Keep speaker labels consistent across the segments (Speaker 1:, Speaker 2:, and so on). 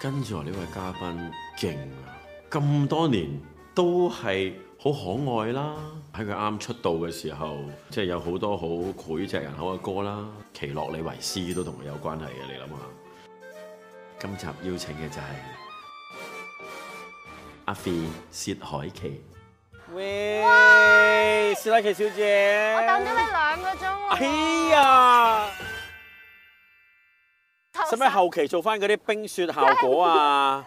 Speaker 1: 跟住我呢位嘉賓勁啊！咁多年都係好可愛啦，喺佢啱出道嘅時候，即係有好多好膾炙人口嘅歌啦，《奇洛李維斯》都同佢有關係嘅，你諗下。今集邀請嘅就係阿 Fi 薛凱琪。
Speaker 2: 喂，史拉奇小姐，
Speaker 3: 我等咗你兩個鐘啊喎。
Speaker 2: 哎呀，
Speaker 3: 頭
Speaker 2: 使
Speaker 3: 先
Speaker 2: 唔使後期做翻嗰啲冰雪效果啊？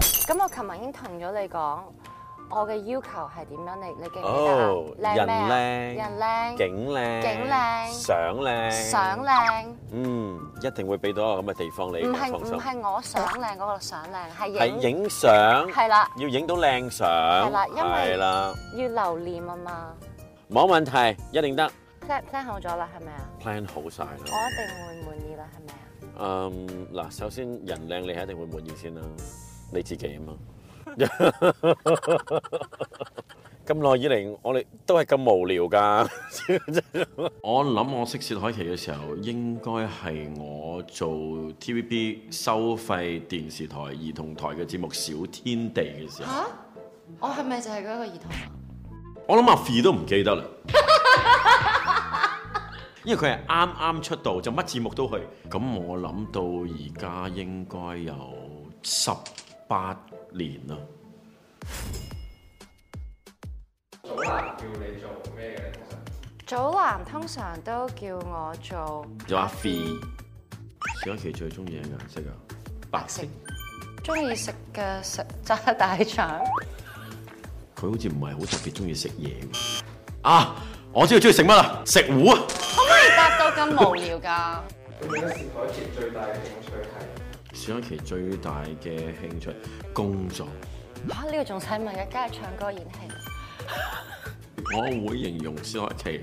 Speaker 3: 咁我琴日已經同咗你講，我嘅要求係點樣？你你記唔記得啊
Speaker 2: 哦？
Speaker 3: 靚咩啊
Speaker 2: 人靚
Speaker 3: 人靚，
Speaker 2: 景靚，
Speaker 3: 景靚
Speaker 2: 相靚，
Speaker 3: 相，靚，
Speaker 2: 嗯，一定會俾到一個咁嘅地方你
Speaker 3: 唔
Speaker 2: 嘅，
Speaker 3: 係
Speaker 2: 放
Speaker 3: 唔
Speaker 2: 心。
Speaker 3: 係我想靚嗰個想靚，係
Speaker 2: 係
Speaker 3: 影
Speaker 2: 影相，
Speaker 3: 係啦，
Speaker 2: 要影到靚相，
Speaker 3: 係啦因為
Speaker 2: 係啦，
Speaker 3: 要留念啊嘛。
Speaker 2: 冇問題，一定得
Speaker 3: plan plan 好咗啦，係咪啊？
Speaker 2: plan 好晒啦。
Speaker 3: 我一定會滿意啦，係咪啊？
Speaker 2: 嗯，嗱，首先人靚你係一定會滿意先啦，你自己啊嘛。 咁耐以嚟，我哋都係咁無聊㗎。
Speaker 1: 我諗我識薛凱琪嘅時候，應該係我做 TVB 收費電視台兒童台嘅節目《小天地》嘅時候，
Speaker 3: 我哦係咪就係嗰個兒童啊？
Speaker 1: 我諗阿 Fi 都唔記 得啦，因為佢係啱啱出道，就乜節目都去。咁我諗到而家應該有十八年啦。
Speaker 3: 祖藍通常都叫我做
Speaker 1: 有阿 Fi，薛凱琪最中意嘅顏色啊，白色。
Speaker 3: 中意食嘅食炸大 腸。
Speaker 1: 佢好似唔係好特別中意食嘢喎啊！我知道中意食乜啦，食糊啊！
Speaker 3: 答到咁無聊㗎？
Speaker 4: 你覺得薛凱琪最大嘅興趣係？
Speaker 1: 薛凱琪最大嘅興趣工作，
Speaker 3: 嚇！呢個仲使問嘅，梗係唱歌演戲。啊
Speaker 1: 我會形容薛凱琪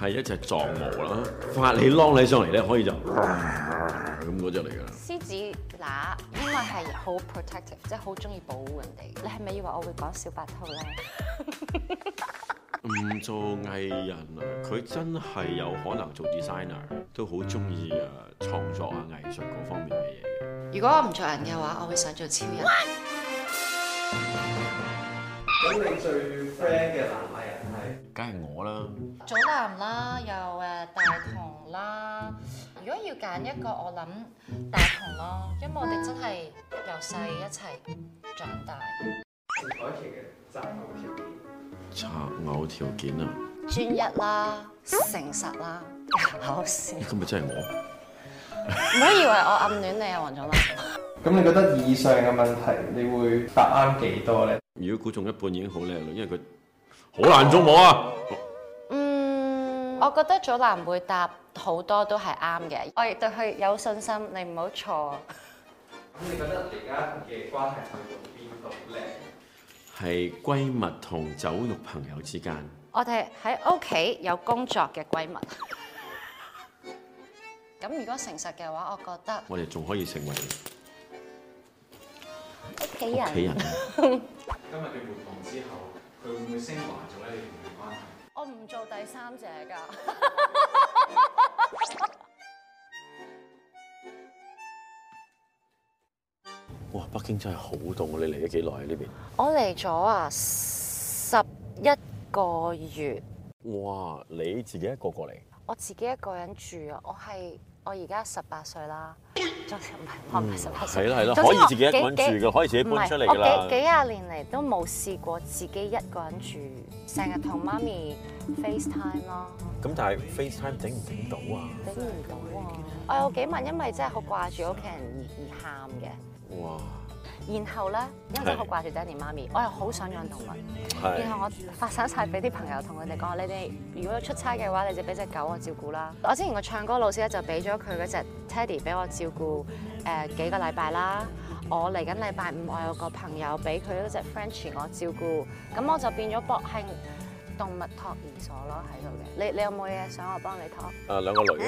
Speaker 1: 係一隻藏獒啦，發你啷你上嚟咧，可以就咁嗰只嚟㗎啦。
Speaker 3: 獅子乸，因為係好 protective，即係好中意保護人哋。你係咪以為我會講小白兔咧？
Speaker 1: 唔做藝人啊，佢真係有可能做 designer，都好中意啊創作啊藝術嗰方面嘅嘢嘅。
Speaker 3: 如果我唔做人嘅話，我會想做超人。
Speaker 4: 咁你最 friend 嘅男藝人係？
Speaker 1: 梗係我啦，
Speaker 3: 祖藍啦，又誒大同啦。如果要揀一個，我諗大同咯，因為我哋真係由細一齊長大。
Speaker 4: 薛凱琪嘅擇偶條件。
Speaker 1: 擇偶條件啊，
Speaker 3: 專一啦，誠實啦，好笑。
Speaker 1: 咁咪真係我。
Speaker 3: 唔好以為我暗戀你啊，黃祖藍。
Speaker 4: 咁你覺得以上嘅問題，你會答啱幾多咧？
Speaker 1: 如果估中一半已經好叻啦，因為佢好難中我啊！
Speaker 3: 嗯，我覺得祖藍會答好多都係啱嘅，我亦對佢有信心，你唔好錯。
Speaker 4: 咁你覺得你而家嘅關係去到邊度咧？
Speaker 1: 係閨蜜同酒肉朋友之間，
Speaker 3: 我哋喺屋企有工作嘅閨蜜。咁如果誠實嘅話，我覺得
Speaker 1: 我哋仲可以成為
Speaker 3: 屋企
Speaker 1: 屋企人。
Speaker 3: 人，
Speaker 1: 啊
Speaker 5: 今日嘅活動之後，佢會唔會升華咗咧？你同佢關係？
Speaker 3: 我唔做第三者㗎。
Speaker 1: 哇！北京真係好凍啊！你嚟咗幾耐啊？呢
Speaker 3: 我嚟咗啊十一個月，
Speaker 1: 邊？哇！你自己一個過嚟，
Speaker 3: 我自己一個人住啊，我係我而家十八歲啦，仲唔係我唔係十八
Speaker 1: 嗯
Speaker 3: 歲，
Speaker 1: 係啦係啦，
Speaker 3: 總之
Speaker 1: 可
Speaker 3: 我
Speaker 1: 以自己一個人
Speaker 3: 幾幾
Speaker 1: 住嘅，可以自己
Speaker 3: 唔
Speaker 1: 搬出嚟
Speaker 3: 係，
Speaker 1: 㗎
Speaker 3: 我
Speaker 1: 啦
Speaker 3: 幾。幾廿年嚟都冇試過自己一個人住，成日同媽咪 FaceTime 咯，
Speaker 1: 咁但係 FaceTime 頂唔頂到啊？
Speaker 3: 頂唔到啊！我有幾晚因為真係好掛住屋企人而而喊嘅，
Speaker 1: 哇！
Speaker 3: 然後咧因為真係好掛住爹哋媽咪，我又好想養動物，然
Speaker 1: 係
Speaker 3: 後我發散晒俾啲朋友，同佢哋講：你哋如果出差嘅話，你就俾只狗我照顧啦。我之前個唱歌老師咧就俾咗佢嗰只 Teddy 俾我照顧誒、呃、幾個禮拜啦。我嚟緊禮拜五，我有個朋友俾佢嗰只 Frenchie 我照顧，咁我就變咗博係動物托兒所咯喺度嘅。你你有冇嘢想我幫你托？
Speaker 2: 啊，兩個女，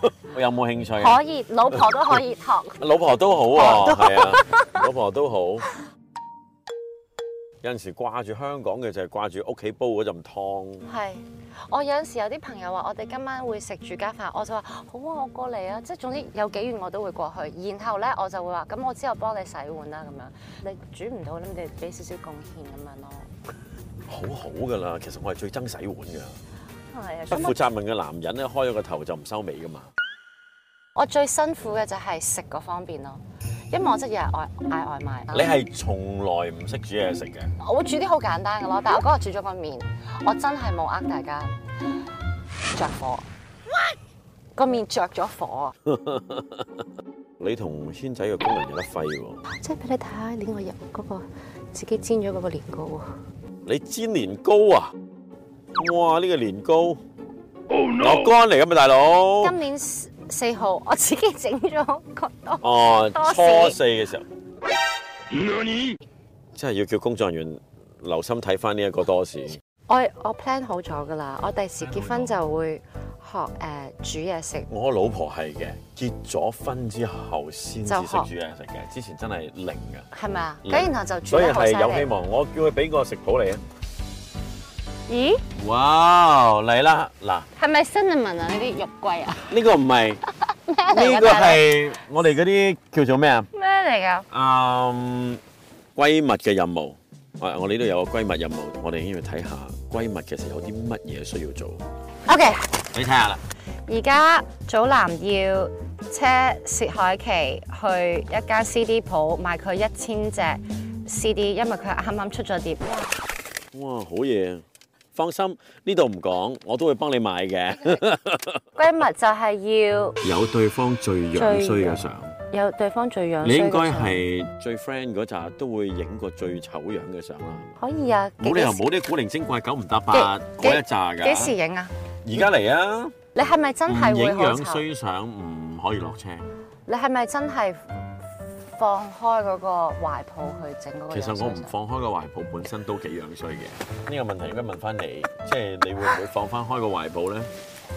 Speaker 3: 我
Speaker 2: 我有冇興趣啊？
Speaker 3: 可以，老婆都可以托。
Speaker 2: à? 老婆都好喎，係啊，老婆都好。有陣時掛住香港嘅就係掛住屋企煲嗰陣湯。
Speaker 3: 係，我有陣時有啲朋友話我哋今晚會食住家飯，我就話好啊，我過嚟啊，即係總之有幾遠我都會過去。然後咧我就會話咁，我之後幫你洗碗啦咁樣。你煮唔到，咁你俾少少貢獻啊咁樣咯。
Speaker 2: 好好㗎啦，其實我係最憎洗碗㗎。
Speaker 3: 係啊，
Speaker 2: 不
Speaker 3: 咁
Speaker 2: 負
Speaker 3: 我
Speaker 2: 責任嘅男人咧，開咗個頭就唔收尾㗎嘛。
Speaker 3: 我最辛苦嘅就係食嗰方面咯，因為我即係日日外嗌外賣。啊
Speaker 2: 你係從來唔識煮嘢食嘅，
Speaker 3: 我煮啲好簡單嘅咯，但係我嗰日煮咗個麵，我真係冇呃大家，着火，個麵着咗火，
Speaker 2: 你同軒仔嘅工人有得揮喎。
Speaker 3: 即係俾你睇下連我入嗰個自己煎咗嗰個年糕喎，
Speaker 2: 哦
Speaker 3: 你
Speaker 2: 你煎年糕啊？哇！呢、個年糕，落乾嚟㗎嘛，大佬。
Speaker 3: 今年四四號我自己整咗個多，
Speaker 2: 哦，
Speaker 3: 多
Speaker 2: 初
Speaker 3: 謝
Speaker 2: 四嘅時候，真係要叫工作人員留心睇翻呢一個多士。
Speaker 3: 我我 plan 好咗噶啦，我第時結婚就會學誒、呃煮嘢食，
Speaker 2: 我老婆係嘅，結咗婚之後先至識
Speaker 3: 就學
Speaker 2: 煮嘢食嘅，之前真係零嘅，
Speaker 3: 係咪啊？
Speaker 2: 嗯
Speaker 3: 咁然後就煮
Speaker 2: 所以
Speaker 3: 得好犀
Speaker 2: 係有希
Speaker 3: 利。
Speaker 2: 望。我叫佢俾個食譜你啊！
Speaker 3: 咦？
Speaker 2: 哇，嚟啦！嗱，
Speaker 3: 係咪 cinnamon 啊？呢啲肉桂啊？
Speaker 2: 呢個唔 係，呢個係我哋嗰啲叫做咩啊？
Speaker 3: 咩嚟㗎？
Speaker 2: 嗯，閨蜜嘅任務，我我哋呢度有個閨蜜任務，我哋已經要睇下閨蜜其實有啲乜嘢需要做。
Speaker 3: ？OK。
Speaker 2: 你睇下啦。
Speaker 3: 而家祖藍要車薛凱琪去一間 CD 鋪賣佢一千隻 CD，因為佢啱啱出咗碟。
Speaker 2: 哇，好嘢！放心，呢度唔講，我都會幫你買嘅。
Speaker 3: 閨蜜就係
Speaker 1: 有對方最樣衰嘅相，
Speaker 3: 要有對方最樣
Speaker 1: 你
Speaker 3: 衰嘅
Speaker 1: 應該
Speaker 3: 相
Speaker 1: 係
Speaker 2: 最 friend 嗰扎都會影個最醜樣嘅相啦。
Speaker 3: 可以啊，
Speaker 1: 冇理由
Speaker 3: 幾時
Speaker 1: 冇啲古靈精怪九唔搭八
Speaker 3: 幾
Speaker 1: 嗰一扎㗎。
Speaker 3: 幾時影啊？
Speaker 2: 而家嚟啊！
Speaker 3: 你係咪真
Speaker 1: 唔
Speaker 3: 係會
Speaker 1: 影
Speaker 3: 好
Speaker 1: 樣
Speaker 3: 醜？
Speaker 1: 衰相唔可以落車。
Speaker 3: 你係咪真係放開嗰個懷抱去整嗰個
Speaker 1: 其
Speaker 3: 樣衰相？
Speaker 1: 實我唔放開個懷抱本身都幾樣衰嘅，
Speaker 2: 呢個問題應該問翻你，即係你會唔
Speaker 1: 你
Speaker 2: 會
Speaker 1: 放翻開個懷抱咧，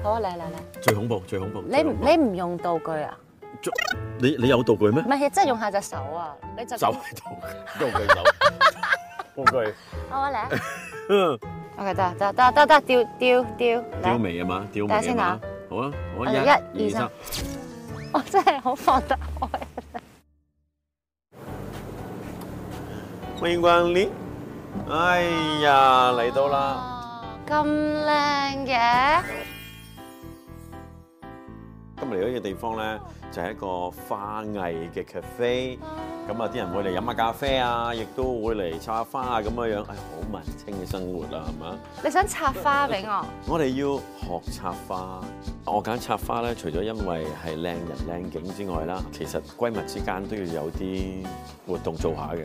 Speaker 3: 好啊，嚟嚟嚟，
Speaker 1: 最恐怖最恐怖。
Speaker 3: 你
Speaker 1: 最
Speaker 3: 唔
Speaker 1: 恐怖
Speaker 3: 你唔用道具啊？
Speaker 2: 你你有道具咩
Speaker 3: 唔？係，即係用下隻手啊！你就
Speaker 2: 手
Speaker 3: 咁
Speaker 2: 喺度，用佢手，用佢
Speaker 3: 好啊，嚟啊！OK，得得得得得，吊吊吊，
Speaker 1: 吊
Speaker 3: 嚟！
Speaker 1: 眉啊嘛，吊眉
Speaker 3: 等下
Speaker 1: 啊
Speaker 3: 先
Speaker 1: 嘛
Speaker 3: 啊，
Speaker 1: 好啊，我
Speaker 3: 我哋
Speaker 1: 一、
Speaker 3: 一
Speaker 1: 二、三
Speaker 3: 二三。 我真係好放得開。
Speaker 2: 歡迎光臨。哎呀，嚟到啦！
Speaker 3: 啦！咁靚嘅，
Speaker 2: 今日嚟到嘅地方咧，就係一個花藝嘅 cafe。咁啊，啲人會嚟飲下咖啡啊，亦都會嚟插下花啊，咁樣樣，唉，好文青嘅生活啦，係嘛？
Speaker 3: 你想插花俾我？
Speaker 2: 我哋要學插花。我揀插花咧，除咗因為係靚人靚景之外啦，其實閨蜜之間都要有啲活動做下嘅。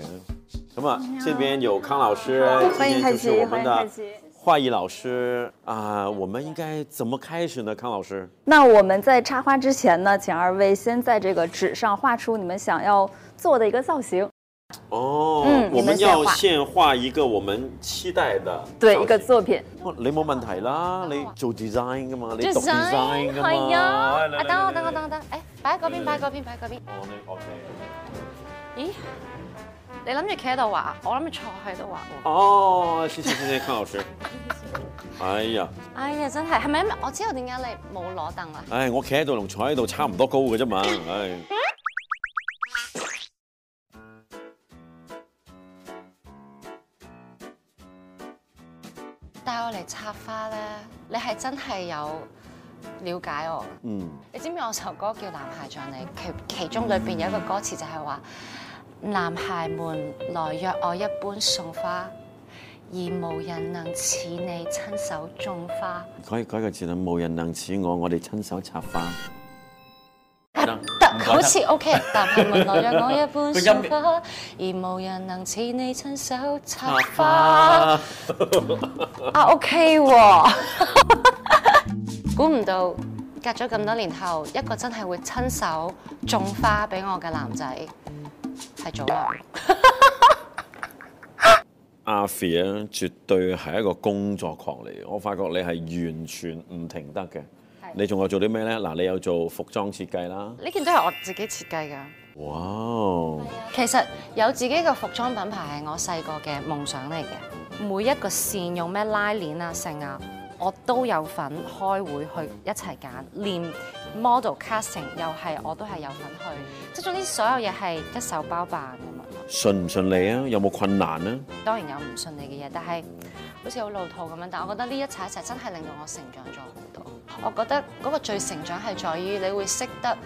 Speaker 2: 咁啊，這邊有康老師，今天就是我們的花藝老師啊、我們應該怎麼開始呢？康老師，
Speaker 6: 那我们在插花之前呢，请二位先在这个纸上画出你们想要做的一个造型，
Speaker 2: 哦，
Speaker 6: 嗯
Speaker 2: 我
Speaker 6: 你
Speaker 2: 們
Speaker 6: 們
Speaker 2: 要
Speaker 6: 先畫
Speaker 2: 先畫一個我們期待的
Speaker 6: 对，
Speaker 2: 造
Speaker 6: 一个
Speaker 2: 型
Speaker 6: 作品。
Speaker 2: 哇你冇問題啦，你做 design 噶嘛，你讀 design
Speaker 3: Design，
Speaker 2: 噶嘛。
Speaker 3: 係啊！
Speaker 2: 哦嚟嚟嗯
Speaker 3: 啊等我
Speaker 2: 嚟
Speaker 3: 等我
Speaker 2: 嚟
Speaker 3: 等我等，誒擺喺嗰邊擺喺嗰邊擺喺嗰邊。
Speaker 2: 我哋 OK。
Speaker 3: 咦？你諗住企喺度畫，我諗住坐喺度畫喎。
Speaker 2: 哦，謝謝謝謝康老師。哎呀，
Speaker 3: 哎呀，真係係咪因為我知道點解你冇攞凳啦？
Speaker 2: 唉，哎我企喺度同坐喺度差唔多高嘅啫嘛，哎唉。
Speaker 3: 帶我嚟插花咧，你係真係有了解我。
Speaker 2: 嗯，
Speaker 3: 你知唔知我首歌叫《男孩像你》，其其中裏邊有一個歌詞就係話：男孩們來約我一般送花，而無人能似你親手種花。
Speaker 2: 改改個字啦，無人能似我，我哋親手插花。得
Speaker 3: 得，
Speaker 2: 唔該
Speaker 3: 好似 OK。男孩們來約我一般送花，而無人能似你親手插花。
Speaker 2: 啊
Speaker 3: 啊，OK 喎。 估唔到隔咗咁多年後，一個真係會親手種花俾我嘅男仔係啊祖良。
Speaker 2: 阿 Fi 啊，絕對係一個工作狂嚟嘅。我發覺你係完全唔停得嘅。你仲有做啲咩咧？嗱，你有做服裝設計啦。
Speaker 3: 呢件都係我自己設計㗎。
Speaker 2: 哇哦！
Speaker 3: 其實有自己嘅服裝品牌係我細個嘅夢想嚟嘅，每一個線用咩拉鏈啊、剩啊，我都有份開會去一齊揀，連 model casting 又係我都係有份去，即係總之所有嘢係一手包辦咁樣。
Speaker 2: 順唔順利啊？有冇困難啊？
Speaker 3: 當然有唔順利嘅嘢，但係好似好老套咁樣。但我覺得呢一踩一踩真係令到我成長咗好多。我覺得嗰個最成長係在於你會識得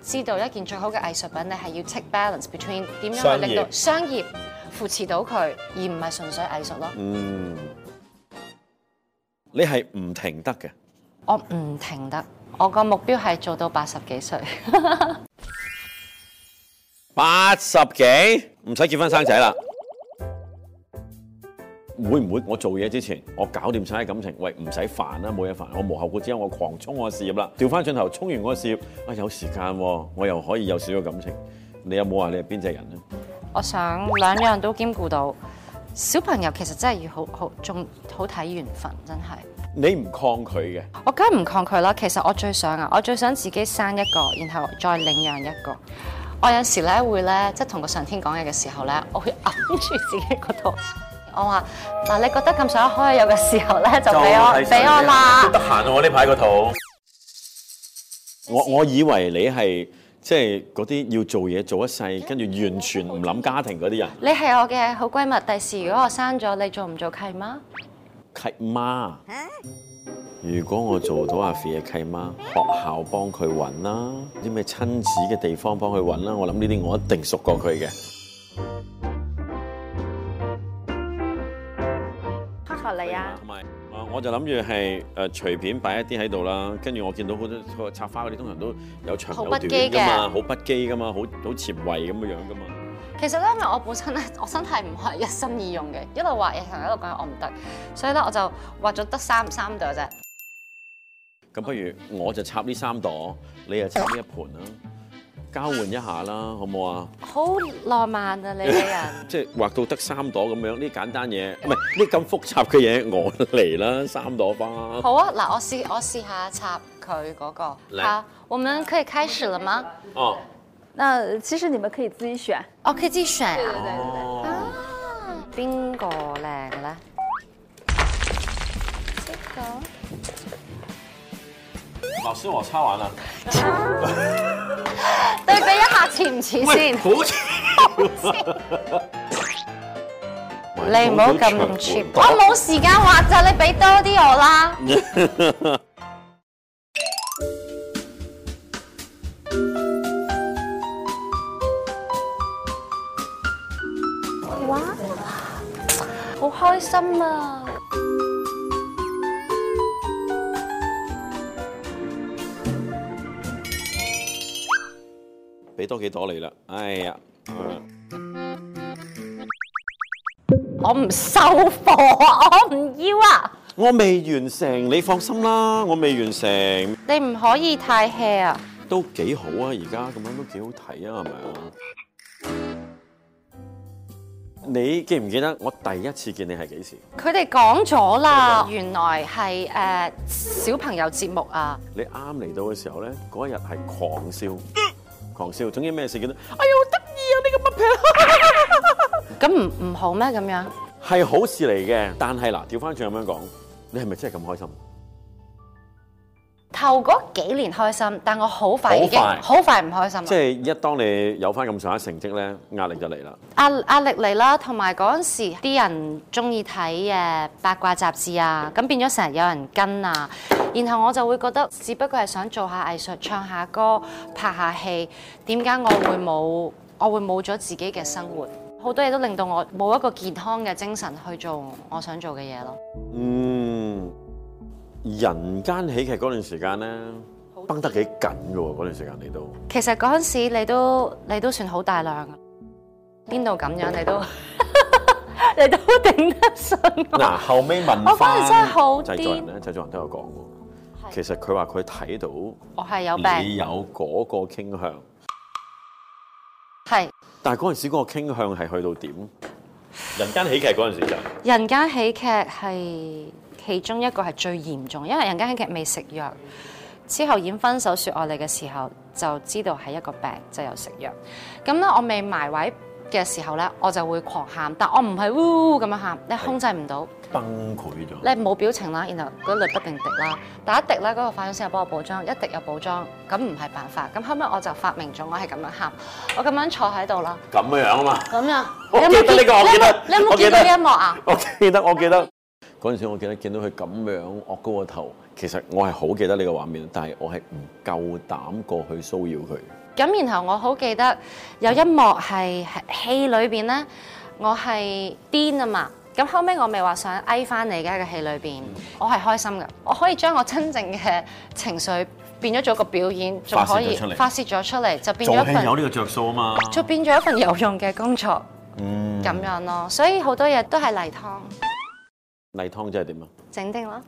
Speaker 3: 知道一件最好嘅藝術品，你係要 take balance between 點樣去令到商業扶持到佢，而唔係純粹藝術咯。
Speaker 2: 嗯，你係唔停得嘅。
Speaker 3: 我唔停得，我個目標係做到八十幾歲。
Speaker 2: 八十幾唔使結婚生仔啦。會唔會我做嘢之前，我搞掂晒啲感情，喂唔使煩啦，冇嘢煩。我無後顧之憂，我狂衝我嘅事業啦。調翻轉頭，衝完我嘅事業，啊有時間喎，我又可以有少少感情。你有冇話你係邊隻人啊咧？
Speaker 3: 我想兩樣都兼顧到。小朋友其實真係要好好仲好睇緣分，真係。
Speaker 2: 你唔抗拒嘅，
Speaker 3: 我梗係唔抗拒啦。其實我最想啊，我最想自己生一個，然後再領養一個。我有時咧會咧，即係同個上天講嘢嘅時候咧，我會揞住自己嗰度。我話嗱，你覺得咁想開有嘅時候咧，就俾我俾我啦。
Speaker 2: 得閒啊我呢排個肚。我我以為你係即係嗰啲要做嘢做一世，跟住完全唔諗家庭嗰啲人。
Speaker 3: 你係我嘅好閨蜜，第時如果我生咗，你做唔做契媽？
Speaker 2: 契媽。如果我做到阿肥嘅契媽，學校幫佢揾啦，啲咩親子嘅地方幫佢揾啦，我諗呢啲我一定熟過佢嘅。
Speaker 6: 黑合理啊！
Speaker 2: 同埋啊，我就諗住係誒隨便擺一啲喺度啦，跟住我見到好多插花嗰啲，通常都有長有
Speaker 3: 好
Speaker 2: 短
Speaker 3: 不羈嘅
Speaker 2: 噶嘛，好不羈噶嘛，好好前衞咁嘅樣噶嘛。
Speaker 3: 其實咧，因為我本身咧， 我真係唔係一心二用嘅，一路畫嘢同一路講我唔得，所以咧我就畫咗得三三朵啫。
Speaker 2: 咁不如我就插呢三朵，你就插呢一盤啦，交換一下啦，好唔好啊？
Speaker 3: 好浪漫啊，你個人。
Speaker 2: 即係畫到得三朵咁樣，呢簡單嘢，唔係呢咁複雜嘅嘢，我嚟啦，三朵花。
Speaker 3: 好啊，嗱，我試我試下插佢嗰、個。
Speaker 2: 嚟
Speaker 3: 好，我們可以開始了嗎？
Speaker 2: 哦，
Speaker 6: 那其實你們可以自己選，
Speaker 3: 我可以自己選啊。
Speaker 2: 哦，
Speaker 3: 邊個靚咧？呢個
Speaker 2: 老師我抄完啦，
Speaker 3: 對比一下似唔似先？
Speaker 2: 好似，
Speaker 3: 你唔好咁 cheap，我冇時間畫咋，你俾多啲我啦。哇，好開心啊！
Speaker 2: 俾多幾朵你啦，哎呀，
Speaker 3: 我唔收貨啊，我唔要啊！
Speaker 2: 我未完成，你放心啦，我未完成，
Speaker 3: 你唔可以太 hea 啊！
Speaker 2: 都幾好啊，而家咁樣都幾好睇啊，係咪啊？你記唔記得我第一次見你係幾時？
Speaker 3: 佢哋講咗
Speaker 2: 哦
Speaker 3: 啦，原來係誒、呃小朋友節目啊！
Speaker 2: 你啱嚟到嘅時候咧，嗰一日係狂笑，
Speaker 3: 呃
Speaker 2: 狂笑。總之咩事見到
Speaker 3: 哎呀，好得意啊！呢個乜平？咁唔唔好咩？咁樣
Speaker 2: 係好事嚟嘅，但係嗱，調翻轉咁樣講，你係咪真係咁開心？
Speaker 3: 嗯頭嗰幾年開心，但我好快已經
Speaker 2: 好快
Speaker 3: 好快唔開心啦
Speaker 2: 即係一當你有翻咁上下成績咧，壓力就嚟啦。
Speaker 3: 壓壓力嚟啦，同埋嗰陣時啲人中意睇誒八卦雜誌啊，咁變咗成日有人跟啊，然後我就會覺得，只不過係想做下藝術、唱下歌、拍下戲，點解我會冇我會冇咗自己嘅生活？好多嘢都令到我冇一個健康嘅精神去做我想做嘅嘢咯。
Speaker 2: 嗯，人間喜劇嗰段時間咧，崩得幾緊嘅喎，嗰段時間 你都。
Speaker 3: 其實嗰陣時你都你都算好大量㗎，邊度咁樣你都 你都頂得順我。
Speaker 2: 嗱，後尾問
Speaker 3: 我嗰陣真係好
Speaker 2: 製作人咧，製作人都有講
Speaker 3: 係
Speaker 2: 過，其實佢話佢睇到
Speaker 3: 我係有病
Speaker 2: 你，有嗰個傾向，
Speaker 3: 係。
Speaker 2: 但係嗰陣時嗰個傾向係去到點？人間喜劇嗰陣時就。
Speaker 3: 人間喜劇係其中一個係最嚴重，因為人間喜劇未食藥，之後演分手説愛你嘅時候，就知道係一個病，即係有食藥。咁咧，我未埋位嘅時候咧，我就會狂喊，但我唔係呜咁樣喊，你控制唔到，
Speaker 1: 崩潰咗。
Speaker 3: 你冇表情啦，然後嗰淚不定滴啦。但一滴咧，嗰、個化妝師又幫我補妝，一滴又補妝，咁唔係辦法。咁後尾我就發明咗，我係咁樣喊，我咁樣坐喺度啦，
Speaker 2: 咁樣啊嘛。
Speaker 3: 咁樣。
Speaker 2: 我記得呢個我記得
Speaker 3: 你有冇
Speaker 2: 我記得
Speaker 3: 見到呢一幕啊？
Speaker 2: 我記得，我記得嗰陣時，我記得見到佢咁樣惡高個頭，其實我係好記得呢個畫面，但係我係唔夠膽過去騷擾佢。
Speaker 3: 咁然後我好記得有一幕係係戲裏邊咧，我係癲啊嘛。咁後尾我咪話想翳翻你嘅喺個戲裏邊，我係開心嘅，我可以將我真正嘅情緒變咗做一個表演，仲可以
Speaker 1: 發泄咗出嚟
Speaker 3: 發泄咗出嚟，就變
Speaker 1: 做
Speaker 3: 咗
Speaker 1: 戲
Speaker 3: 一份
Speaker 1: 有呢個着數啊嘛。
Speaker 2: 哦
Speaker 3: 就變咗一份有用嘅工作，咁、樣咯。所以好多嘢都係例湯
Speaker 2: 例湯即係點啊？
Speaker 3: 整定咯。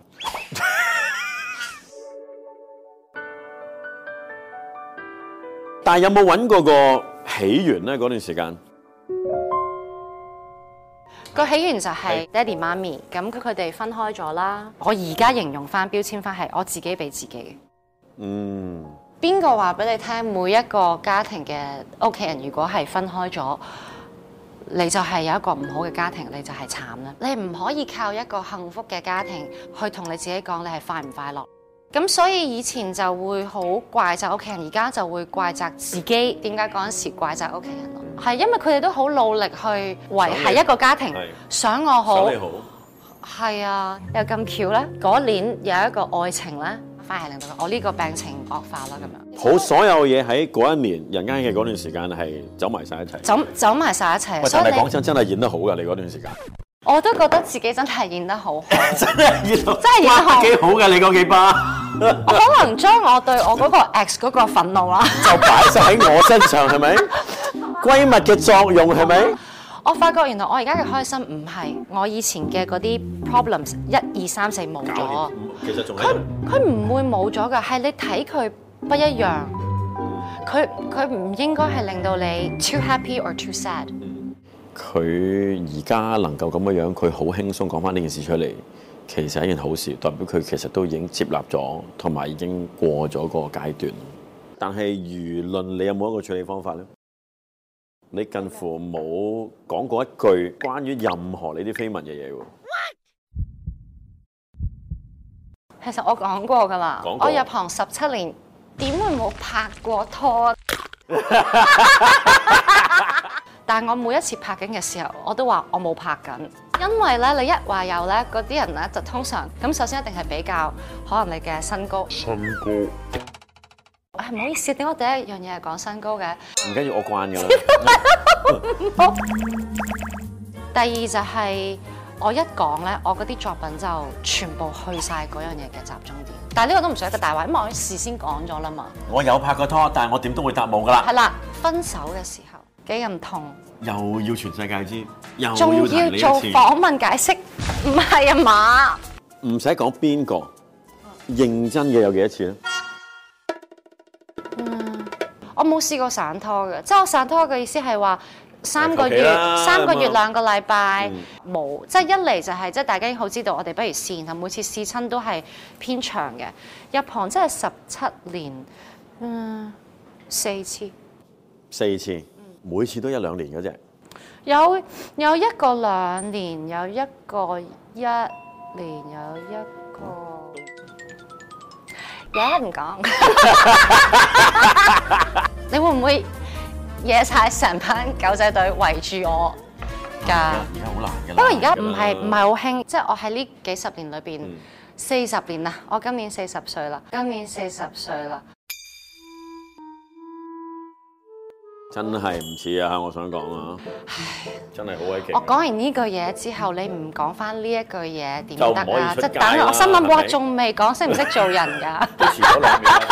Speaker 2: 但係有冇揾過個起源咧？嗰段時間
Speaker 3: 個起源就係爹哋媽咪，咁佢哋分開咗啦。我而家形容翻標籤翻係我自己俾自己嘅。
Speaker 2: 嗯，
Speaker 3: 邊個話俾你聽？每一個家庭嘅屋企人，如果係分開咗，你就係有一個唔好嘅家庭，你就係慘啦。你唔可以靠一個幸福嘅家庭去同你自己講你係快唔快樂。咁所以以前就會好怪責屋企人，而家就會怪責自己。點解嗰陣時怪責屋企人咯？
Speaker 2: 嗯
Speaker 3: 係因為佢哋都好努力去維係一個家庭
Speaker 2: 係，
Speaker 3: 想我好
Speaker 2: 想你。好，
Speaker 3: 係啊，又咁巧咧，嗰年有一個愛情咧，反而令到我呢個病情惡化啦咁樣。
Speaker 2: 好所有嘢喺嗰一年人間嘅嗰段時間係走埋晒一齊。
Speaker 3: 走走埋晒一齊，啊
Speaker 2: 喂，
Speaker 3: 所
Speaker 2: 但
Speaker 3: 以
Speaker 2: 係講
Speaker 3: 你
Speaker 2: 真，真係演得好㗎，你嗰段時間
Speaker 3: 我都覺得自己真係演得好好。
Speaker 2: 真係演得
Speaker 3: 真係演得好
Speaker 2: 哇幾好㗎，你嗰幾巴
Speaker 3: 我可能將我對我嗰個 ex 嗰個憤怒啦，
Speaker 2: 就擺晒喺我身上係咪？閨蜜嘅作用係咪？
Speaker 3: 我發覺原來我哦而家嘅開心唔係我以前嘅嗰啲 problems 一二三四冇咗，
Speaker 2: 其實仲喺
Speaker 3: 佢
Speaker 2: 度。
Speaker 3: 佢唔會冇咗㗎，係你睇佢不一樣。佢佢唔應該係令到你 too happy or too sad。
Speaker 2: 佢而家能夠咁嘅樣，佢好輕鬆講翻呢件事出嚟， 其實係一件好事，代表佢其實都已經接納咗，同埋已經過咗個階段。但係輿論，你有冇一個處理方法呢？你近乎冇講過一句關於任何你啲緋聞嘅嘢喎。
Speaker 3: 其實我講過㗎啦，
Speaker 2: 講過
Speaker 3: 我入行十七年，點會冇拍過 拖啊？但係我每一次拍緊嘅時候，我都話我冇拍緊，因為咧你一話有咧，嗰啲人咧就通常咁首先一定係比較可能你嘅身高。身高。唉，唔好意思，點解我第一樣嘢係講身高嘅？
Speaker 2: 唔緊要，我慣㗎啦。
Speaker 3: 第二就係我一講咧，我嗰啲作品就全部去晒嗰樣嘢嘅集中點。但係呢個都唔算一個大話，因為我事先講咗啦嘛。
Speaker 2: 我有拍過拖，但係我點都會答冇㗎啦。
Speaker 3: 係啦，分手嘅時候幾咁痛，
Speaker 1: 又要全世界知，又要
Speaker 3: 仲要
Speaker 1: 提你一
Speaker 3: 做
Speaker 1: 次。
Speaker 3: 訪問解釋，唔係啊嘛？
Speaker 2: 唔使講邊個，認真嘅有幾多次咧？
Speaker 3: 我冇試過散拖嘅，即係我散拖嘅意思係話。三個
Speaker 2: 求其
Speaker 3: 月
Speaker 2: 啦，
Speaker 3: 三個月
Speaker 2: 咁啊
Speaker 3: 兩個禮拜冇，即係一嚟就係即係大家已經好知道，我哋不如試，然後每次試親都係偏長嘅。入行真係十七年，嗯，四次。
Speaker 2: 四次，每次都一兩年嘅啫。
Speaker 3: 有有一個兩年，有一個一年，有一個有一唔講。 你會唔會惹晒成班狗仔隊圍住我
Speaker 1: 而
Speaker 3: 㗎？
Speaker 1: 家好難㗎啦。
Speaker 3: 不過而家唔係
Speaker 2: 嗯
Speaker 3: 唔係好興，即係我喺呢幾十年裏邊，四十年啦，我今年四十歲啦，今年四十歲啦。
Speaker 2: 真係唔似啊！我想講啊，真係好鬼勁。
Speaker 3: 我講完呢句嘢之後，你唔講翻呢一句嘢點
Speaker 2: 就唔
Speaker 3: 得
Speaker 2: 可以
Speaker 3: 啊？
Speaker 2: 出
Speaker 3: 即
Speaker 2: 街
Speaker 3: 係等
Speaker 2: 啦
Speaker 3: 我心
Speaker 2: 係
Speaker 3: 諗，
Speaker 2: 咪
Speaker 3: 哇，仲未講識唔識做人 㗎？
Speaker 2: 都遲咗兩年啦。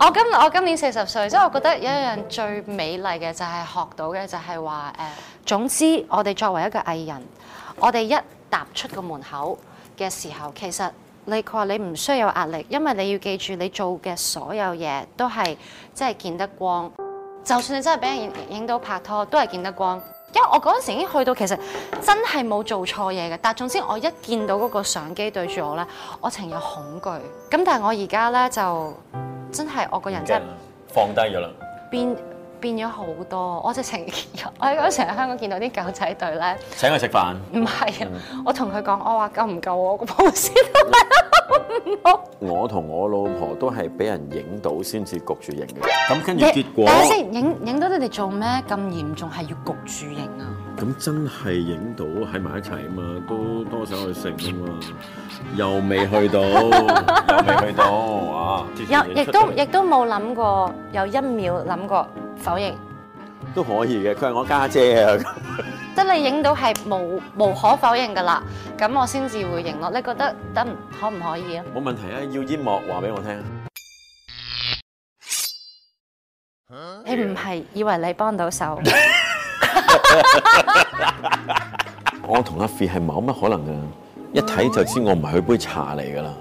Speaker 3: 我今我今年四十歲，即係我覺得有一樣最美麗嘅就係學到嘅就係話誒，總之我哋作為一個藝人，我哋一踏出個門口嘅時候，其實你佢話你唔需要有壓力，因為你要記住你做嘅所有嘢都係即係見得光，就算你真係俾人影影到拍拖，都係見得光。因為我嗰陣時已經去到其實真係冇做錯嘢嘅，但係總之我一見到嗰個相機對住我咧，我情有恐懼。咁但係我而家咧就真係我個人真係
Speaker 2: 放低咗啦。
Speaker 3: 變變咗好多。我直情我喺嗰時喺香港見到啲狗仔隊咧，
Speaker 2: 請佢食飯，
Speaker 3: 唔係啊，
Speaker 2: 嗯
Speaker 3: 我同佢講我話夠唔夠我個 pose
Speaker 2: 我同我老婆都係俾人影到先至焗住影嘅。咁跟住
Speaker 3: 你
Speaker 2: 結果，
Speaker 3: 等下先，影影到你哋做咩咁嚴重係要焗住影啊？
Speaker 1: 咁真係影到喺埋一齊啊嘛，都多手去食啊嘛，又未去到， 又未去到，啊哇！
Speaker 3: 有亦都亦都冇諗過，有一秒諗過否認，
Speaker 2: 都可以嘅。佢係我家姐 啊，
Speaker 3: 即係你影到係無無可否認噶啦，咁我先至會認咯。你覺得得唔可唔可以啊？
Speaker 2: 冇問題啊。要煙幕話俾我聽，
Speaker 3: 你唔係以為你幫到手，
Speaker 2: 我同阿 Fi 係冇乜可能嘅，一睇就知我唔係佢杯茶嚟㗎啦，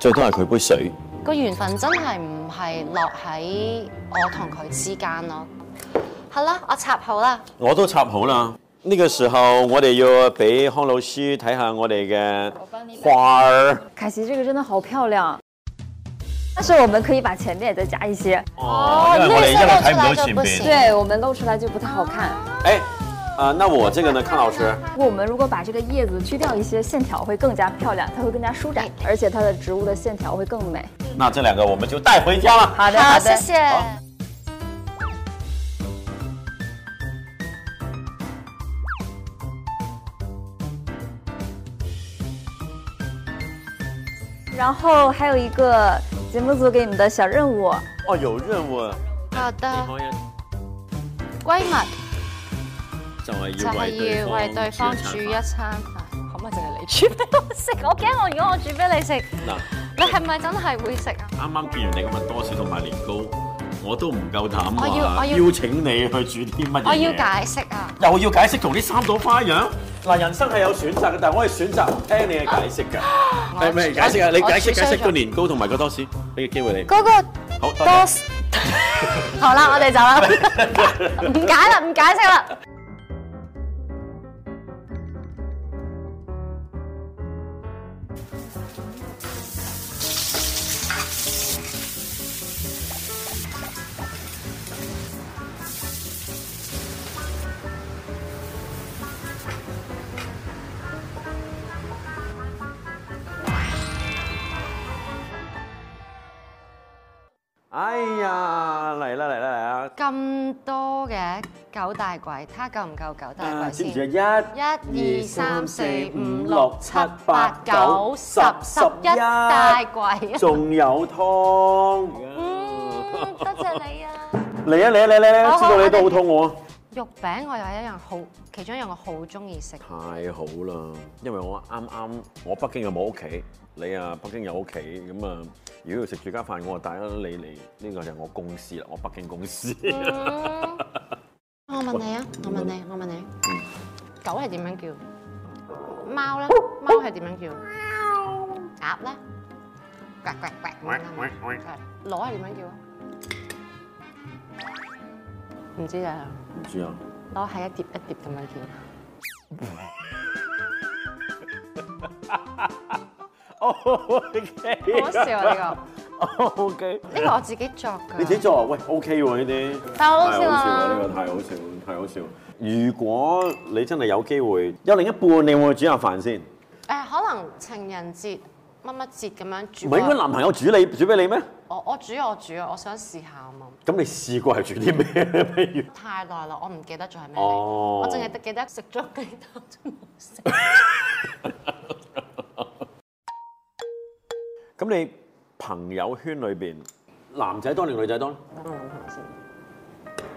Speaker 2: 最多係佢杯水。
Speaker 3: 個緣分真係唔係落喺我同佢之間咯。好啦，我插好啦，
Speaker 2: 我都插好啦。呢個時候我哋要俾康老師睇下我哋嘅花兒。
Speaker 6: 凯奇这个真的好漂亮，啊但是我们可以把前面也再加一些，
Speaker 2: 哦因為我哋一路睇唔到前邊。
Speaker 6: 对我们露出来就不太好看。
Speaker 2: 哎，啊、那我这个呢，康老师，
Speaker 6: 我们如果把这个叶子去掉一些，线条会更加漂亮，它会更加舒展，而且它的植物的线条会更美。
Speaker 2: 那这两个我们就带回家了。
Speaker 6: 好的，
Speaker 3: 好，
Speaker 6: 好
Speaker 3: 啊謝
Speaker 6: 的。
Speaker 3: 謝。
Speaker 6: 然后还有一个节目组给你们的小任务，
Speaker 2: 哦，有任務啊，
Speaker 3: 好的，
Speaker 1: 可以
Speaker 3: 閨蜜。
Speaker 1: 就係
Speaker 3: 就
Speaker 1: 要
Speaker 3: 係要為
Speaker 1: 為
Speaker 3: 對
Speaker 1: 對
Speaker 3: 方
Speaker 1: 方
Speaker 3: 煮
Speaker 1: 煮一
Speaker 3: 一餐飯，可唔可以淨係你煮 俾我食？我驚我如果我煮俾你食，
Speaker 2: 嗱，
Speaker 3: 你係咪真係會食啊？
Speaker 1: 啱啱見完你咁嘅多士同埋年糕，我都唔夠膽話
Speaker 3: 我要我要
Speaker 1: 邀請你去煮啲乜嘢嘢。
Speaker 3: 我要解釋啊！
Speaker 1: 又要解釋同呢三朵花一樣。
Speaker 2: 嗱，人生係有選擇嘅，但係我係選擇聽你嘅解釋㗎。
Speaker 3: 我
Speaker 1: 係咪解釋啊？你
Speaker 3: 我
Speaker 1: 解釋
Speaker 3: 煮衰
Speaker 1: 解釋
Speaker 3: 咗
Speaker 1: 個年糕同埋個多士，俾個機會你。
Speaker 3: 嗰個
Speaker 1: 好，多謝
Speaker 3: 多士 好啦，我哋走 啦，唔解啦，唔解釋啦。
Speaker 2: 哎呀，嚟啦嚟啦嚟啦！
Speaker 3: 咁多嘅九大櫃，睇下夠唔夠九大
Speaker 2: 啊
Speaker 3: 櫃
Speaker 2: 知唔知
Speaker 3: 先。
Speaker 2: 啊？
Speaker 3: 一
Speaker 2: 一
Speaker 3: 二三四五六七八九十十一大櫃。
Speaker 2: 仲有湯。
Speaker 3: 嗯，多謝你啊！
Speaker 2: 嚟啊嚟啊嚟啊嚟啊！
Speaker 3: 好
Speaker 2: 知
Speaker 3: 好
Speaker 2: 道你都好肚
Speaker 3: 我哋
Speaker 2: 餓啊。
Speaker 3: 肉餅我有一樣好，其中一樣我好中意食。
Speaker 2: 太好啦，因為我啱啱我北京又冇屋企，你啊北京有屋企，咁啊如果要食住家飯，我就帶咗你嚟，呢、個就係我公司啦，我北京公司。
Speaker 3: 嗯我問你啊，我問你，我問你，狗係點樣叫？貓咧，貓係點樣叫？鴨咧，呱呱呱咁樣啦。攞係點樣叫啊？唔知啊，
Speaker 2: 唔知啊，
Speaker 3: 攞係一碟一碟咁樣叫。
Speaker 2: 哦 OK，
Speaker 3: 好笑啊！呢
Speaker 2: 哦 OK，
Speaker 3: 個呢個我自己作㗎。
Speaker 2: 你自己做啊？喂 OK 喎呢啲，
Speaker 3: 太好笑啦啊
Speaker 2: 呢、個太好笑，太好笑。如果你真係有機會，有另一半，你會唔會煮下飯先？唔
Speaker 3: 誒，可能情人節乜乜節咁樣煮
Speaker 2: 係應該
Speaker 3: 個。
Speaker 2: 男朋友煮你煮俾你咩？
Speaker 3: 我我煮啊我煮，我想試下啊嘛。
Speaker 2: 咁你試過係煮啲咩咧？譬如
Speaker 3: 太耐啦，我唔記得咗係咩 嚟。
Speaker 2: 哦
Speaker 3: 我淨係記得食咗幾啖都冇食。
Speaker 2: 咁你朋友圈裏邊男仔多定女仔多咧？
Speaker 3: 等我諗下先。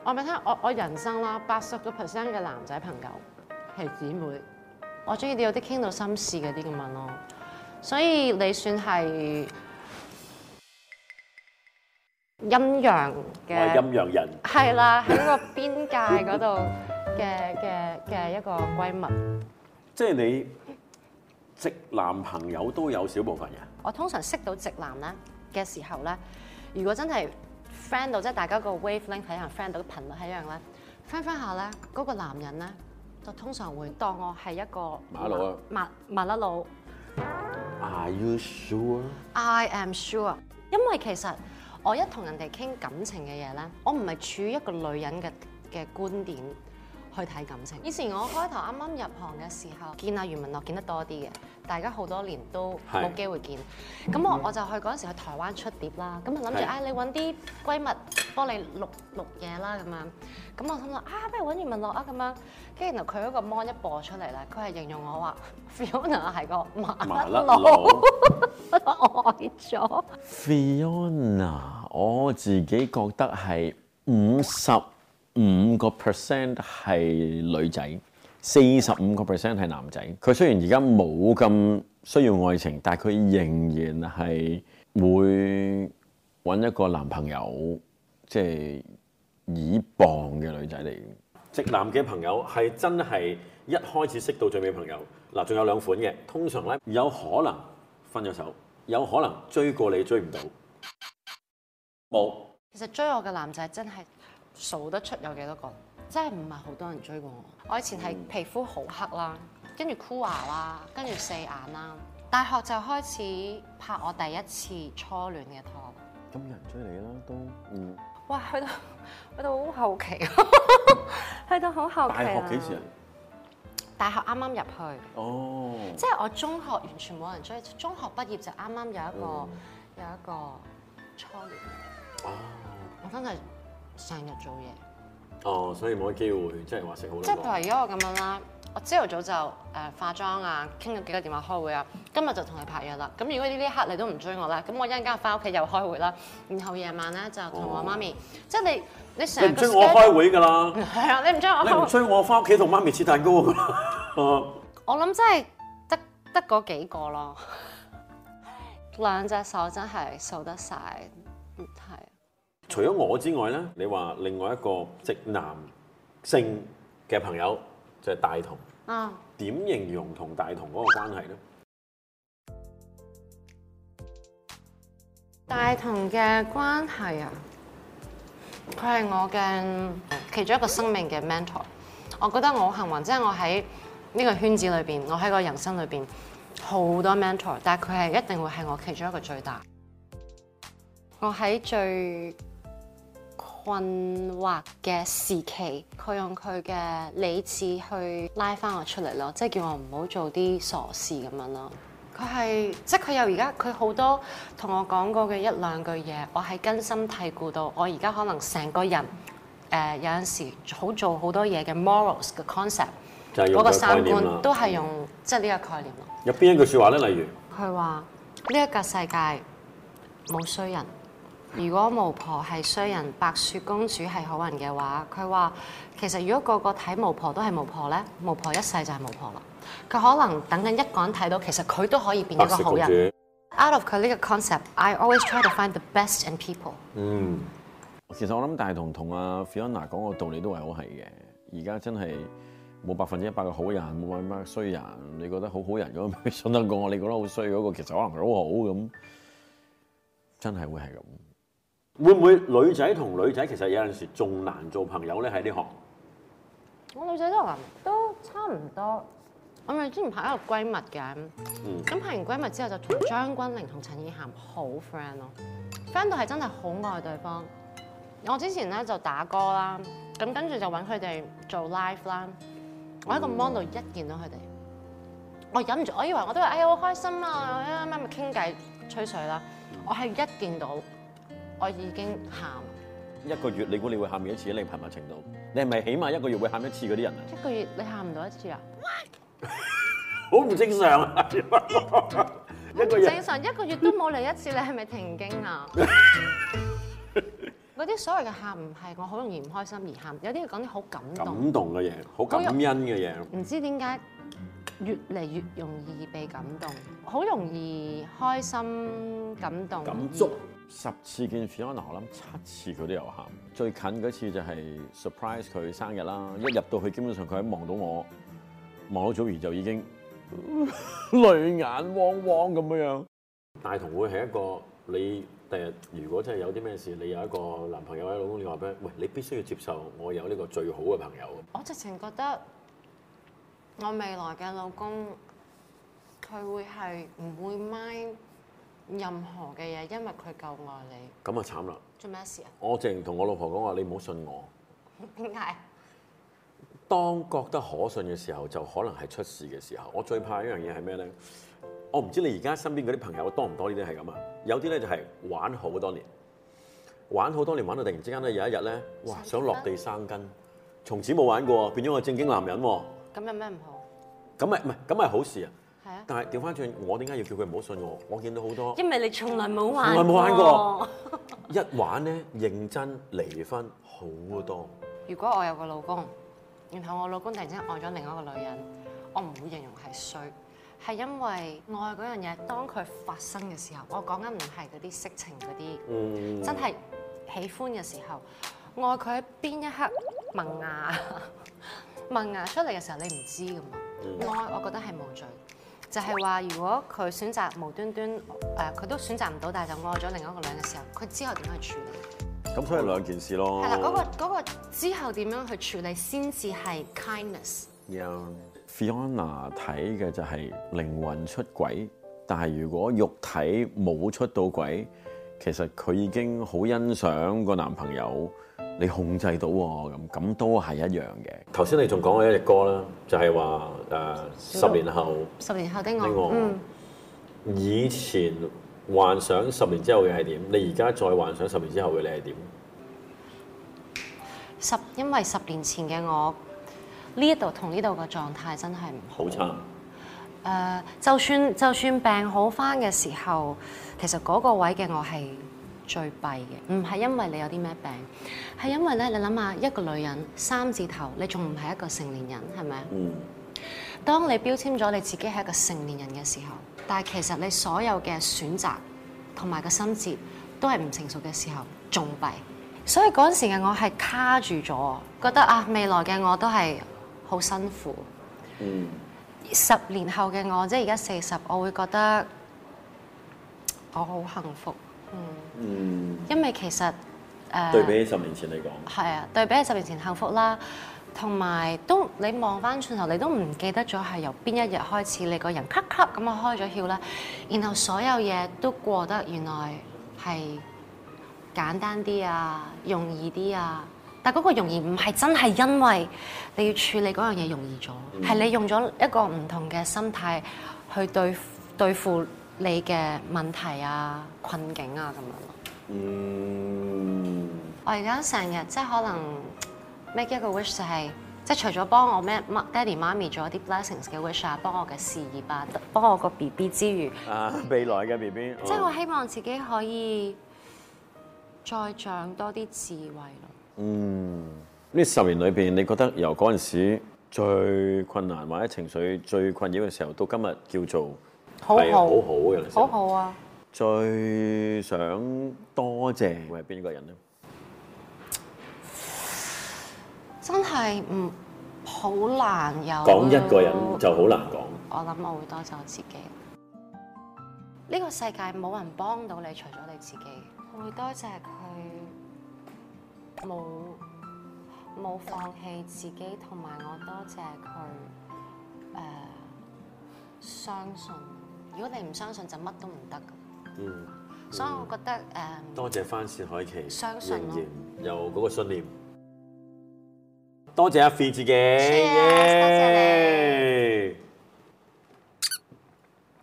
Speaker 3: 我咪聽我我人生啦，八十個 percent 嘅男仔朋友係姊妹，我中意啲有啲傾到心事嗰啲咁樣咯。所以你算係陰陽
Speaker 2: 我係陰
Speaker 3: 嘅，
Speaker 2: 陽人，
Speaker 3: 係啦，喺嗰個邊界嗰度嘅嘅嘅一個閨蜜。
Speaker 2: 即係你直男朋友都有少部分嘅。
Speaker 3: 我通常識到直男咧嘅時候咧，如果真係 friend 到，即係大家個 wavelength 係一樣，friend 到頻率係一樣咧，翻翻下咧，嗰、個男人咧就通常會當我係一個
Speaker 2: 馬佬啊
Speaker 3: 麻麻甩佬。
Speaker 2: Are you sure？
Speaker 3: I am sure，因為其實我一同人哋傾感情嘅嘢咧，我唔係處於一個女人嘅嘅觀點去睇感情。以前我開頭啱啱入行嘅時候，見阿余文樂見得多啲嘅，大家好多年都
Speaker 2: 係
Speaker 3: 冇機會見。咁我我就去嗰陣時去台灣出碟啦，咁就諗住
Speaker 2: 係
Speaker 3: 唉，你揾啲閨蜜幫你錄錄嘢啦咁樣。咁我心諗啊，不如揾余文樂啊咁樣。跟住然後佢嗰個 mon 一播出嚟咧，佢係形容我話 Fiona 係個麻
Speaker 2: 麻
Speaker 3: 甩
Speaker 2: 甩
Speaker 3: 佬。
Speaker 2: 佬。
Speaker 3: 我呆咗。
Speaker 2: Fiona，我自己覺得係五十五個 percent 係女仔，四十五個 percent 係男仔。佢雖然而家冇咁需要愛情，但係佢仍然係會呃揾一個男朋友，即係以傍嘅女仔嚟嘅。直男嘅朋友係真係一開始識到最尾朋友。嗱，仲有兩款嘅，通常咧有可能分咗手，有可能追過你追唔到，冇
Speaker 3: 其實追我嘅男仔真係數得出有幾多個，真係唔係好多人追過我。我以前係
Speaker 2: 嗯
Speaker 3: 皮膚好黑啦，跟住箍牙啦，跟住四眼啦。大學就開始拍我第一次初戀嘅拖。
Speaker 2: 咁有人追你啦，都嗯。
Speaker 3: 哇！去到 去到好後期， 去到好後期
Speaker 2: 大
Speaker 3: 啦
Speaker 2: 學幾時啊？？
Speaker 3: 大學啱啱入去，
Speaker 2: 哦，
Speaker 3: 即係我中學完全冇人追，中學畢業就啱啱有一個、
Speaker 2: 哦
Speaker 3: 有一個初戀。我真係成日做嘢。
Speaker 2: 哦，所以冇乜機會，即係話食好
Speaker 3: 即係譬如
Speaker 2: 耐。
Speaker 3: 如果我咁樣啦，我朝頭早就誒、化妝啊，傾咗幾個電話開會啊，今日就同你拍嘢啦。咁如果呢一刻你都唔追我啦，咁我一陣間翻屋企又開會啦，然後夜晚咧就同我媽咪，即係你你
Speaker 2: 哦你
Speaker 3: 成
Speaker 2: 唔
Speaker 3: 個
Speaker 2: 追我
Speaker 3: schedule-
Speaker 2: 開會㗎啦，
Speaker 3: 係啊，你唔追我
Speaker 2: 你唔
Speaker 3: 開會，
Speaker 2: 追我翻屋企同媽咪切蛋糕㗎啦。哦
Speaker 3: 我諗真係得得嗰幾個咯， 兩隻手真係數得晒，嗯係。
Speaker 2: 除咗我之外咧，你話另外一個直男性嘅朋友就係、大同，
Speaker 3: 啊，
Speaker 2: 點形容同大同嗰個關係咧？
Speaker 3: 大同嘅關係啊，佢係我嘅其中一個生命嘅 mentor。我覺得我好幸運，即係我喺呢個圈子裏邊，我喺個人生裏邊好多 mentor，但係佢係一定會係我其中一個最大。我喺最困惑嘅時期，佢用佢嘅理智去拉翻我出嚟咯，即係叫我唔好做啲傻事咁樣咯。佢係即係佢又而家佢好多同我講過嘅一兩句嘢，我係根深蒂固到我而家可能成個人誒、呃有陣時好做好多嘢嘅 morals 嘅 concept，
Speaker 2: 就係用
Speaker 3: 嗰個
Speaker 2: 佢嘅概
Speaker 3: 三
Speaker 2: 念啊嗯
Speaker 3: 觀
Speaker 2: 啦。
Speaker 3: 都係用即係呢個概念咯。
Speaker 2: 入邊一句説話咧，例如
Speaker 3: 佢話：呢一個世界冇衰人，如果巫婆係衰人，白雪公主係好人嘅話，佢話其實如果個個睇巫婆都係巫婆呢，巫婆一世就係巫婆啦。佢可能等緊一個人睇到，其實佢都可以變
Speaker 2: 白
Speaker 3: 一個
Speaker 2: 雪
Speaker 3: 啊好
Speaker 2: 公
Speaker 3: 人。
Speaker 2: 主，
Speaker 3: Out of 佢呢個 concept，I always try to find the best in people。
Speaker 2: 嗯。其實我諗大同同啊阿 Fiona 講個道理都係好係嘅。而家真係冇百分之一百嘅好人，冇百分之一百嘅衰人。你覺得好好人嗰個信得過我，你覺得好衰嗰個其實可能佢好好咁，真係會係咁。會唔會女仔同女仔其實有陣時仲難做朋友咧？喺呢行
Speaker 3: 我女仔都男都差唔多。我咪之前拍一個閨蜜嘅，咁拍完閨蜜之後就同張君玲同陳意涵好 friend 咯，friend 到係真係好愛對方。我之前咧就打歌啦，咁跟住就揾佢哋做 live 啦。我喺個 mon 度一見到佢哋，我忍唔住，我以為我都話哎呀好開心啊，咩咪傾偈吹水啦。我係一見到我已經喊，
Speaker 2: 一個月你估你會喊幾多次？你頻密程度，你係咪起碼一個月會喊一次嗰啲人啊？
Speaker 3: 一個月你喊唔到一次啊？
Speaker 2: 好唔正常啊！一個
Speaker 3: 正
Speaker 2: 月
Speaker 3: 常一個月都冇嚟一次，你係咪停經 啊？嗰啲所謂嘅喊唔係我好容易唔開心而喊，有啲係講啲好感動，
Speaker 2: 感動嘅嘢，好感恩嘅嘢。
Speaker 3: 唔知點解越嚟越容易被感動，好容易開心感動。
Speaker 2: 感觸十次見 Fiona，我諗七次佢都有喊。最近嗰次就係 surprise 佢生日啦，一入到去基本上佢一望到我，望到祖兒就已經 淚眼汪汪咁樣樣。大同會係一個你突第日如果真係有啲咩事，你有一個男朋友或者老公，你話俾佢，喂，你必須要接受我有呢個最好嘅朋友。
Speaker 3: 我直情覺得我未來嘅老公，佢會係唔會 mind 任何嘅嘢，因為佢夠愛你。
Speaker 2: 咁啊慘啦！
Speaker 3: 做咩事啊？
Speaker 2: 我直情同我老婆講話，你唔好信我。
Speaker 3: 點解？
Speaker 2: 當覺得可信嘅時候，就可能係出事嘅時候。我最怕一樣嘢係咩呢？我唔知你而家身邊嗰啲朋友多唔多呢啲係咁啊？有啲呢就係玩好多年，玩好多年玩到突然之間呢，有一日呢，哇想落地生根，從此冇玩過，變咗個正經男人喎。
Speaker 3: 咁有咩唔好？
Speaker 2: 咁咪唔係咁咪好事啊！
Speaker 3: 係啊，
Speaker 2: 但係調翻轉，我點解要叫佢唔好信我？我見到好多
Speaker 7: 因為你從來冇玩，
Speaker 2: 從來冇玩過。一玩呢，認真離婚好多。
Speaker 3: 如果我有個老公，然後我老公突然之間愛咗另一個女人，我唔會形容係衰，係因為愛嗰樣嘢，當佢發生嘅時候，我講緊唔係嗰啲色情嗰啲，
Speaker 2: 嗯
Speaker 3: 真係喜歡嘅時候，愛佢喺邊一刻萌芽 萌芽出嚟嘅時候，你唔知噶嘛。愛我覺得係無罪，就係話如果佢選擇無端端誒，呃佢、都選擇唔到，但係就愛咗另一個女人嘅時候，佢之後點樣去處理？
Speaker 2: 咁所以兩件事咯。
Speaker 3: 係啦，嗰、個嗰個之後點樣去處理先至係 kindness。
Speaker 2: Yeah. Fiona 睇嘅就係靈魂出軌，但係如果肉體冇出到軌，其實佢已經好欣賞個男朋友，你控制到喎，咁咁都係一樣嘅。嗯頭先你仲講咗一隻歌啦，就係話誒十年後，
Speaker 3: 十年後的
Speaker 2: 呢
Speaker 3: 我，嗯，
Speaker 2: 個以前幻想十年之後嘅係點，你而家再幻想十年之後嘅你係點？
Speaker 3: 十因為十年前嘅我呢一度同呢度嘅狀態真係唔好。
Speaker 2: 好差。
Speaker 3: 誒、呃就算就算病好翻嘅時候，其實嗰個位嘅我係最弊嘅，唔係因為你有啲咩病，係因為咧你諗下一個女人三字頭，你仲唔係一個成年人，係咪？啊
Speaker 2: 嗯。
Speaker 3: 當你標籤咗你自己係一個成年人嘅時候，但係其實你所有嘅選擇同埋個心智都係唔成熟嘅時候，仲弊。所以嗰陣時嘅我係卡住咗，覺得啊未來嘅我都係好辛苦。十年後嘅我，即係而家四十，我會覺得我好幸福，
Speaker 2: 嗯，
Speaker 3: 因為其實誒、呃
Speaker 2: 對比起十年前嚟講。
Speaker 3: 係啊，對比起十年前幸福啦，同埋都你望翻轉頭，你都唔記得咗係由邊一日開始，你個人咳咳咁啊開咗竅啦，然後所有嘢都過得原來係簡單啲啊，容易啲啊。但嗰個容易唔係真係因為你要處理嗰樣嘢容易咗，係、你用咗一個唔同嘅心態去對對付你嘅問題啊、困境啊咁樣咯。
Speaker 2: 嗯，
Speaker 3: 我而家成日即係可能 make 一個 wish 就係、即係除咗幫我咩媽爹哋媽咪做一啲 blessings 嘅 wish 啊，幫我嘅事業啊，幫我個 B B 之餘，
Speaker 2: 啊，未來嘅 B B，
Speaker 3: 即係我希望自己可以再長多啲智慧咯。
Speaker 2: 嗯，呢十年裏邊，你覺得由嗰陣時最困難或者情緒最困擾嘅時候，到今日叫做
Speaker 3: 好
Speaker 2: 係好
Speaker 3: 好，
Speaker 2: 好嘅啦，
Speaker 3: 好好啊！
Speaker 2: 最想多謝會係邊一個人咧？
Speaker 3: 真係唔好難有啊
Speaker 2: 講一個人
Speaker 3: 咯
Speaker 2: 就好難講。
Speaker 3: 我諗我會多謝我自己。呢、個世界冇人幫到你，除咗你自己。我會多謝佢冇冇放棄自己，同埋我多謝佢誒、相信。如果你唔相信，就乜都唔得㗎。
Speaker 2: 嗯，
Speaker 3: 所以我覺得誒、呃
Speaker 2: 多謝翻薛凱琪，
Speaker 3: 相信咯
Speaker 2: 仍然有嗰個信念。多謝阿 Fee 自己
Speaker 3: Cheers，多謝
Speaker 2: 耶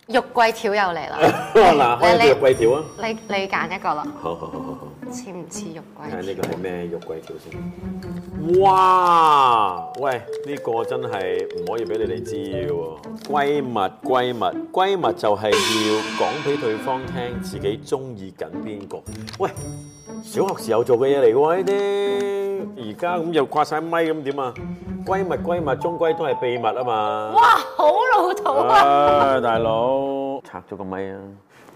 Speaker 3: 玉桂條 又嚟啦，
Speaker 2: 嗱，開
Speaker 3: 你
Speaker 2: 一個玉桂條啊！
Speaker 3: 你你揀一個啦，
Speaker 2: 好好好好好。
Speaker 3: 似唔似玉桂
Speaker 2: 睇下
Speaker 3: 條？
Speaker 2: 呢個係咩玉桂條先？哇！喂，呢、個真係唔可以俾你哋知嘅喎。閨蜜，閨蜜，閨蜜就係要講俾對方聽自己中意緊邊個。喂，小學時有做嘅嘢嚟嘅喎呢啲，而家咁又掛晒咪咁點啊？閨蜜，閨蜜，終歸都係秘密啊嘛。
Speaker 7: 哇，好老土啊！
Speaker 2: 啊，大佬，拆咗個咪啊！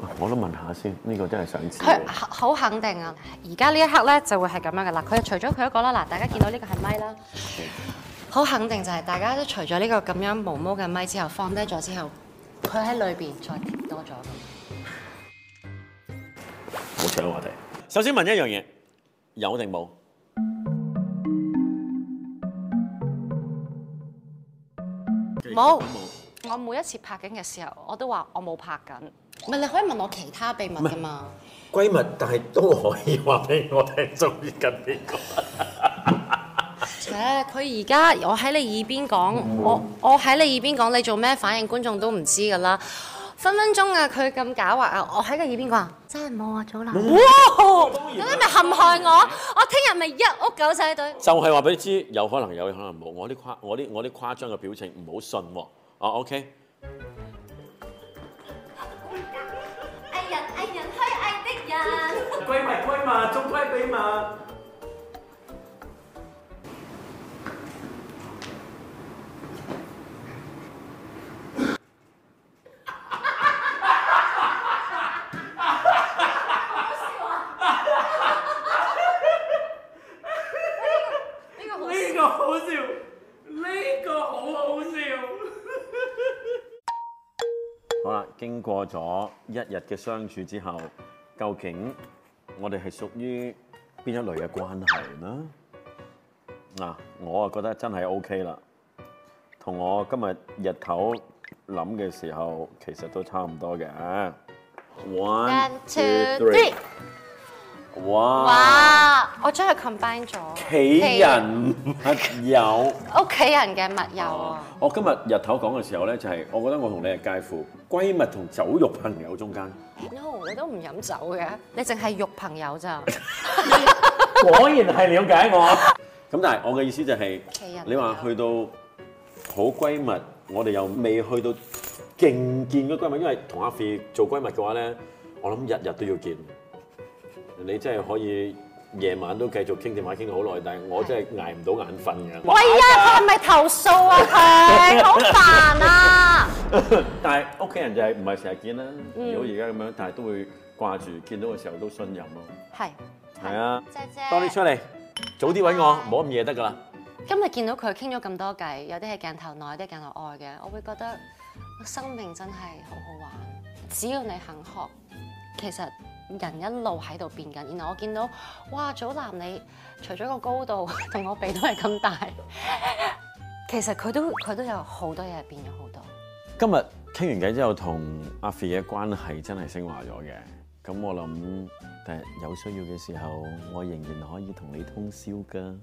Speaker 2: 喂我都問下先，呢、個真係想知啊喎。
Speaker 3: 佢好肯定啊！而家呢一刻咧就會係咁樣嘅啦。佢除咗佢一個啦，嗱，大家見到呢個係咪啦，好肯定就係大家都除咗呢個咁樣毛毛嘅咪之後，放低咗之後，佢喺裏邊再貼多咗咁。
Speaker 2: 好
Speaker 1: 想我哋。首先問一樣嘢，有定冇？
Speaker 3: 冇。我每一次拍景嘅時候，我都話我冇拍緊。
Speaker 8: 唔係你可以問我其他秘密㗎嘛？
Speaker 1: 閨蜜，但係都可以話俾我聽中意緊邊個。
Speaker 8: 誒，佢而家我喺你耳邊講，我我喺你耳邊講，你做咩反應觀眾都唔知㗎啦。分分鐘啊，佢咁狡猾啊，我喺佢耳邊講啊，真係冇啊，祖藍。哇！咁你咪陷害我，我聽日咪一屋狗仔隊。
Speaker 1: 就係話俾你知，有可能有，有可能冇。我啲誇，我啲我啲誇張嘅表情唔好信喎。哦、OK，
Speaker 7: 藝人藝人虛偽的人。
Speaker 9: 歸埋歸嘛，終歸秘密。
Speaker 1: 好啦，經過咗一日嘅相處之後，究竟我哋係屬於邊一類嘅關係呢？嗱、我啊覺得真係 OK 啦，同我今日日頭諗嘅時候其實都差唔多嘅。One, two, three，哇！
Speaker 3: 哇！我將佢 combine 咗，
Speaker 1: 企人物 有。
Speaker 3: 屋企人嘅密友啊。
Speaker 1: 我今日日頭講嘅時候咧，就係、我覺得我同你係介乎閨蜜同酒肉朋友中間。
Speaker 3: No，你都唔飲酒嘅，你淨係肉朋友 咋？
Speaker 1: 果然係了解我。咁但係我嘅意思就係、
Speaker 3: 其人
Speaker 1: 你話去到好閨蜜，我哋又未去到勁見嘅閨蜜，因為同阿 Fi 做閨蜜嘅話咧，我諗日日都要見。你真係可以夜晚都繼續傾電話傾到好耐，但係我真係捱唔到眼瞓嘅。
Speaker 3: 喂呀，佢係咪投訴啊？佢好煩啊！
Speaker 1: 但係屋企人就係唔係成日見啦，如果而家咁樣，但係都會掛住，見到嘅時候都信任咯。
Speaker 3: 係
Speaker 1: 係啊，
Speaker 3: 姐姐，
Speaker 1: 多啲出嚟，早啲揾我，唔好咁夜得㗎啦。
Speaker 3: 今日見到佢傾咗咁多偈，有啲係鏡頭內，有啲係鏡頭外嘅，我會覺得生命真係好好玩。只要你肯學，其實人一路喺度變緊。然後我見到，哇，祖藍你除咗個高度同我比都係咁大，其實佢都佢都有好多嘢變咗好多。
Speaker 1: 今日傾完偈之後，同阿 Fi 嘅關係真係升華咗嘅。咁我諗，但係有需要嘅時候，我仍然可以同你通宵㗎。